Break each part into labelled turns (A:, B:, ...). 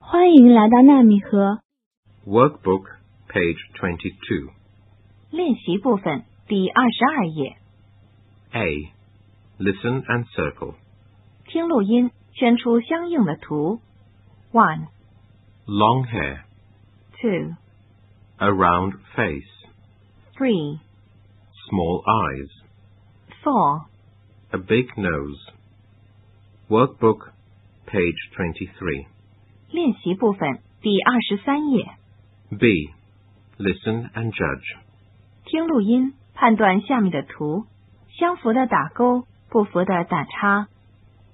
A: 欢迎来到纳米盒
B: Workbook, page 22.
C: 练习部分第二十二页，
B: A. Listen and circle.
C: 听录音，圈出相应的图。One,
B: Long hair.
C: two,
B: A round face.
C: three,
B: Small eyes.
C: four,
B: A big nose. Workbook, page 23.
C: 练习部分第二十三页，
B: B. Listen and judge.
C: 听录音，判断下面的图，相符的打勾，不符的打叉。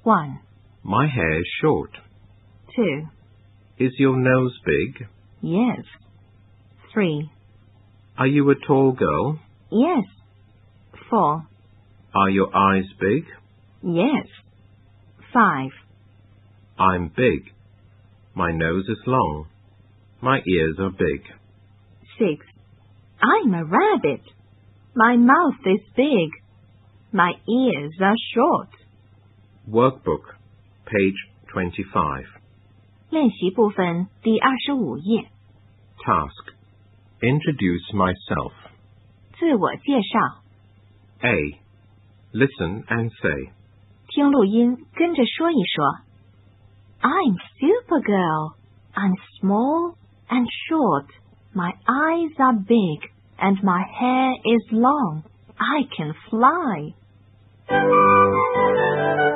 C: One,
B: My hair is short.
C: two,
B: Is your nose big?
C: yes. Three,
B: Are you a tall girl?
C: yes. Four,
B: Are your eyes big?
C: yes. Five,
B: I'm big. My nose is long. My ears are big.
C: six. I'm a rabbit. My mouth is big. My ears are short.
B: Workbook, page 25.
C: 练习部分第二十五页，
B: Task. Introduce myself.
C: 自我介绍，
B: A. Listen and say,
C: 听录音，跟着说一说。I'm Supergirl. I'm small and short. My eyes are big and my hair is long. I can fly.